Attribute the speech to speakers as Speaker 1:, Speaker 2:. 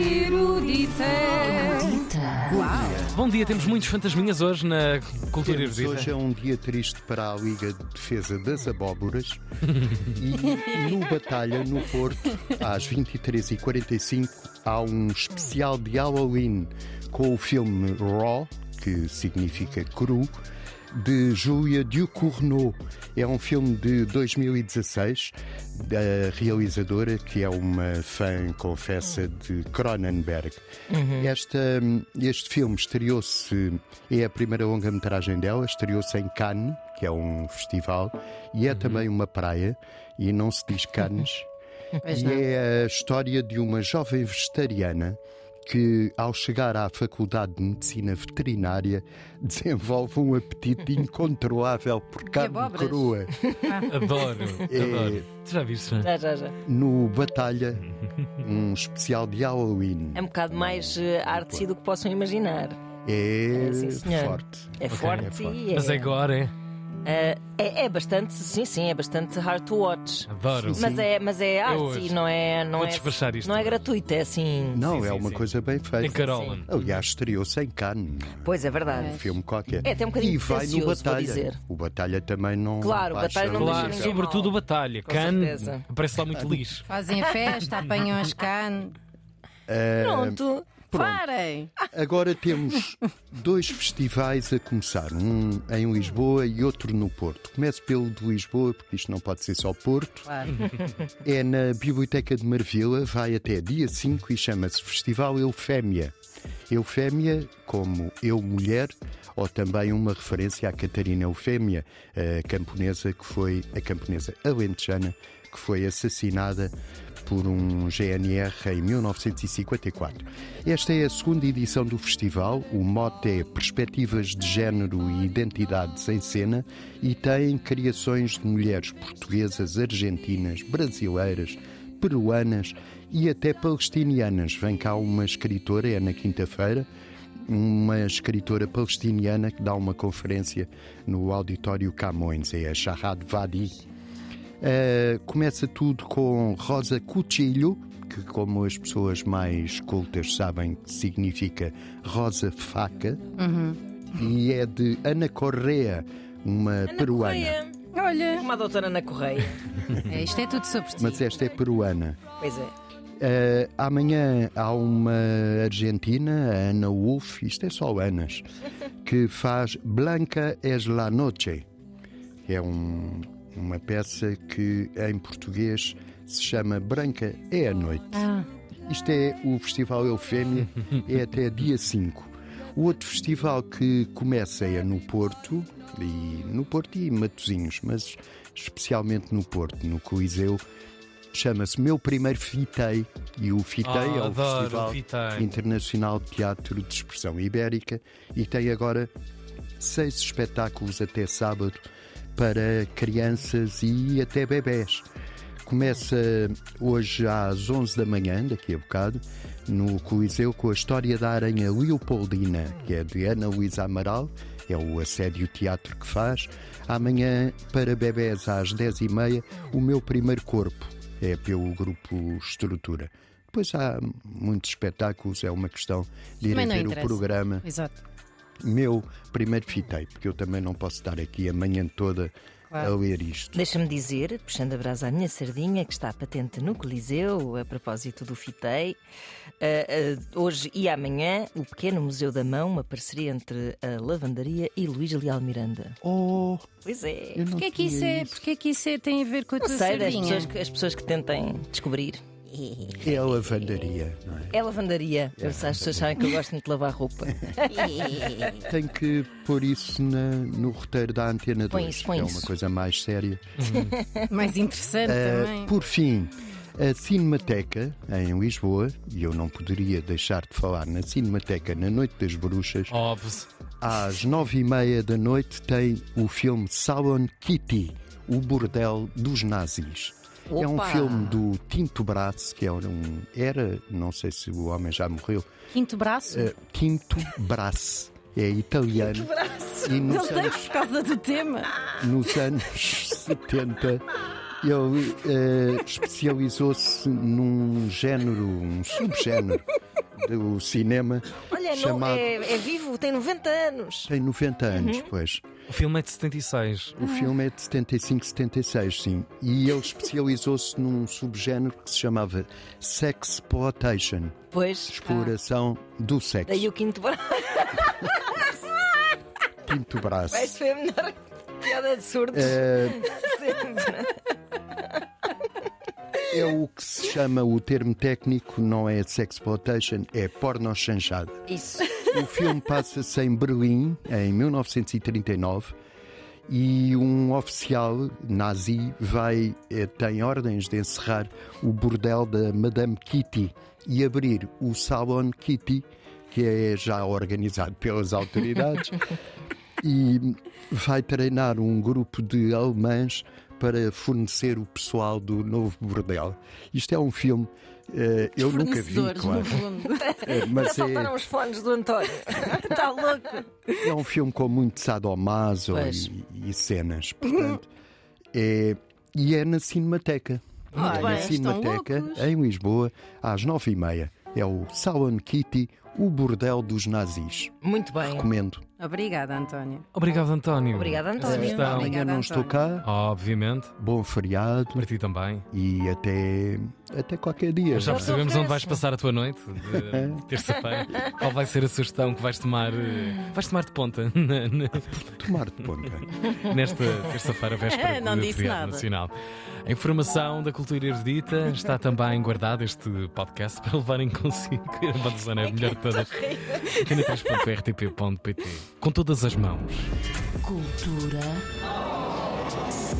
Speaker 1: erudita.
Speaker 2: Bom dia, temos muitos fantasminhas hoje na cultura
Speaker 3: Temos, hoje
Speaker 2: erudita.
Speaker 3: é um dia triste para a Liga de Defesa das Abóboras e no Batalha, no Porto, às 23h45, há um especial de Halloween com o filme Raw, que significa cru, de Julia Ducournau. É um filme de 2016 da realizadora que é uma fã, confessa, de Cronenberg.
Speaker 4: Uhum.
Speaker 3: Esta, hum, este filme estreou-se, é a primeira longa-metragem dela, estreou-se em Cannes, que é um festival, e é
Speaker 4: Uhum.
Speaker 3: também uma praia, e não se diz Cannes.
Speaker 4: Uhum. Pois
Speaker 3: E
Speaker 4: não.
Speaker 3: é a história de uma jovem vegetariana que, ao chegar à Faculdade de Medicina Veterinária, desenvolve um apetite incontrolável por carne
Speaker 4: abóboras.
Speaker 3: crua.
Speaker 2: Adoro,
Speaker 3: É,
Speaker 2: adoro. Tu já viste? não é?
Speaker 5: Já, já, já.
Speaker 3: no Batalha, um especial de Halloween.
Speaker 5: É um bocado mais eh, artsy do que possam imaginar.
Speaker 3: É,
Speaker 5: É, sim, senhor.
Speaker 3: forte.
Speaker 5: É forte
Speaker 3: forte.
Speaker 5: e é,
Speaker 2: Mas agora, é?
Speaker 5: eh, é, é bastante, sim, sim, é bastante hard to watch.
Speaker 2: Adoro.
Speaker 3: Sim,
Speaker 5: Mas é, mas é
Speaker 2: hoje
Speaker 5: artsy, não é, não
Speaker 2: vou
Speaker 5: é,
Speaker 2: despachar isto.
Speaker 5: não é gratuito, é assim.
Speaker 3: Não,
Speaker 2: Sim,
Speaker 3: é
Speaker 2: sim,
Speaker 3: uma
Speaker 2: sim.
Speaker 3: coisa bem
Speaker 2: Tem
Speaker 3: feita.
Speaker 2: Carolan.
Speaker 3: Aliás, estreou-se em Cannes,
Speaker 5: Pois é verdade.
Speaker 3: um filme qualquer.
Speaker 5: É, tem um bocadinho
Speaker 3: e vai no
Speaker 5: pretencioso, vou
Speaker 3: Batalha.
Speaker 5: dizer.
Speaker 3: O Batalha também não.
Speaker 5: Claro, o
Speaker 3: baixa
Speaker 5: Batalha não
Speaker 3: o
Speaker 5: deixa
Speaker 2: Claro,
Speaker 5: ninguém
Speaker 3: nível.
Speaker 2: sobretudo Batalha.
Speaker 5: Com
Speaker 2: Cannes,
Speaker 5: certeza.
Speaker 2: parece lá muito lixo.
Speaker 4: Fazem a festa, apanham as canes.
Speaker 5: Pronto.
Speaker 4: Parem!
Speaker 3: Agora temos dois festivais a começar, um em Lisboa e outro no Porto. Começo pelo de Lisboa, porque isto não pode ser só Porto.
Speaker 4: Claro.
Speaker 3: É na Biblioteca de Marvila, vai até dia 5 e chama-se Festival Eufémia. Eufémia, como Eu Mulher, ou também uma referência à Catarina Eufémia, a camponesa que foi, a camponesa alentejana, que foi assassinada por um GNR em 1954. Esta é a segunda edição do festival. O mote é Perspectivas de Género e Identidades em Cena e tem criações de mulheres portuguesas, argentinas, brasileiras, peruanas e até palestinianas. Vem cá uma escritora, é na quinta-feira, uma escritora palestiniana que dá uma conferência no Auditório Camões, é a Shahad Vadi. Uh, começa tudo com Rosa Cuchillo, que, como as pessoas mais cultas sabem, que significa Rosa Faca, e é de Ana Correa, uma peruana.
Speaker 5: Correia. É
Speaker 4: Olha!
Speaker 5: Uma doutora na Correia.
Speaker 4: É, isto é tudo sobre ti.
Speaker 3: Mas esta é peruana.
Speaker 5: Pois é.
Speaker 3: Uh, amanhã há uma argentina, a Ana Wolf, isto é só Anas, que faz Blanca es la noche. É um- uma peça que em português se chama Branca é a noite.
Speaker 4: Ah,
Speaker 3: Isto é o Festival Eufémia, é até dia 5. O outro festival que começa é no Porto, e no Porto e em Matosinhos, mas especialmente no Porto, no Coliseu. Chama-se Meu Primeiro Fitei, e o Fitei
Speaker 2: Ah,
Speaker 3: é o
Speaker 2: adoro o
Speaker 3: Festival
Speaker 2: Fitei.
Speaker 3: Internacional de Teatro de Expressão Ibérica, e tem agora seis espetáculos até sábado para crianças e até bebés. Começa hoje às 11 da manhã, daqui a bocado, no Coliseu com a história da aranha Leopoldina, que é de Ana Luísa Amaral, é o assédio teatro que faz. Amanhã, para bebés, às 10h30, o meu primeiro corpo, é pelo grupo Estrutura. Depois há muitos espetáculos, é uma questão de ir
Speaker 4: Também não
Speaker 3: ver o
Speaker 4: interessa.
Speaker 3: programa
Speaker 4: exato.
Speaker 3: meu primeiro fitei, porque eu também não posso estar aqui a manhã toda a ler isto.
Speaker 5: Deixa-me dizer, puxando a brasa à minha sardinha, que está patente no Coliseu, a propósito do Fitei, ah, ah, hoje e amanhã, o Pequeno Museu da Mão, uma parceria entre a Lavandaria e Luís Leal Miranda.
Speaker 3: Oh,
Speaker 5: Pois é.
Speaker 3: eu não
Speaker 4: Porquê que isso
Speaker 3: tinha
Speaker 4: é? Porquê que isso é- tem a ver com a
Speaker 5: Não
Speaker 4: tua
Speaker 5: sei, das
Speaker 4: sardinha?
Speaker 5: pessoas, que, as pessoas que tentem descobrir.
Speaker 3: isso. É a lavandaria, não é?
Speaker 5: É lavandaria. Eu sei, As pessoas sabem que eu gosto muito de lavar roupa.
Speaker 3: Tenho que pôr isso na- no roteiro da Antena 2,
Speaker 5: Põe isso, põe
Speaker 3: que é
Speaker 5: isso.
Speaker 3: uma coisa mais séria.
Speaker 4: Mais interessante
Speaker 3: Ah,
Speaker 4: também.
Speaker 3: por fim, a Cinemateca, em Lisboa, e eu não poderia deixar de falar na Cinemateca na Noite das Bruxas,
Speaker 2: Óbvio.
Speaker 3: às nove e meia da noite tem o filme Salon Kitty, o bordel dos nazis. É um
Speaker 5: Opa!
Speaker 3: filme do Tinto Brass, que era, um, era, não sei se o homem já morreu,
Speaker 4: Quinto braço?
Speaker 3: eh, Tinto Brass. É italiano.
Speaker 5: braço.
Speaker 3: E
Speaker 4: Não
Speaker 3: nos
Speaker 4: sei
Speaker 3: anos,
Speaker 4: por causa do tema.
Speaker 3: nos anos 70 ele eh, especializou-se num género, um subgénero do cinema
Speaker 5: Olha, não-
Speaker 3: chamado.
Speaker 5: é, Uhum. é vivo, tem 90 anos.
Speaker 3: Tem 90 anos, pois.
Speaker 2: O filme é de 76.
Speaker 5: Ah.
Speaker 3: O filme é de 75, 76, sim. E ele especializou-se num subgénero que se chamava Sexploitation
Speaker 5: Pois,
Speaker 3: exploração do sexo.
Speaker 5: daí o quinto braço tá
Speaker 3: Quinto braço.
Speaker 5: foi a menor piada de surdos.
Speaker 3: Eh,
Speaker 5: sempre.
Speaker 3: É o que se chama o termo técnico, não é sexploitation, é porno chanchada.
Speaker 5: Isso.
Speaker 3: O filme passa-se em Berlim, em 1939, e um oficial nazi vai, eh, tem ordens de encerrar o bordel da Madame Kitty e abrir o Salon Kitty, que é já organizado pelas autoridades, e vai treinar um grupo de alemães para fornecer o pessoal do novo bordel. Isto é um filme. eh, eu nunca vi,
Speaker 4: Fornecedores, é?
Speaker 3: claro.
Speaker 4: no fundo.
Speaker 3: eh, mas é,
Speaker 5: Saltaram os fones do António.
Speaker 3: Tá
Speaker 5: Está louco.
Speaker 3: é um filme com muito sadomaso
Speaker 5: Pois.
Speaker 3: e, e cenas, portanto. É, e é na Cinemateca.
Speaker 4: Muito
Speaker 3: é
Speaker 4: bem,
Speaker 3: na
Speaker 4: estão
Speaker 3: Cinemateca,
Speaker 4: loucos.
Speaker 3: em Lisboa, às nove e meia. É o Salon Kitty, o bordel dos nazis.
Speaker 5: Muito bem.
Speaker 3: Comendo.
Speaker 4: Obrigada, António.
Speaker 2: Obrigado, António.
Speaker 5: Obrigada, António.
Speaker 2: Essa questão.
Speaker 4: Obrigada.
Speaker 3: Amanhã não estou cá.
Speaker 2: Obviamente.
Speaker 3: Bom feriado
Speaker 2: Para ti também.
Speaker 3: e até, até qualquer dia.
Speaker 2: Já
Speaker 5: Eu
Speaker 2: percebemos
Speaker 5: sou
Speaker 2: onde vais
Speaker 5: França.
Speaker 2: passar a tua noite de de terça-feira. Qual vai ser a sugestão que vais tomar? eh, Vais tomar de ponta na- na-
Speaker 3: Tomar de ponta.
Speaker 2: nesta terça-feira véspera
Speaker 4: Não
Speaker 2: do
Speaker 4: disse
Speaker 2: Feriado
Speaker 4: nada.
Speaker 2: Nacional. A informação da cultura erudita está também guardada este podcast para levarem consigo. A banda sonora é a melhor de todas. Cana3.rtp.pt Com todas as mãos.
Speaker 1: Cultura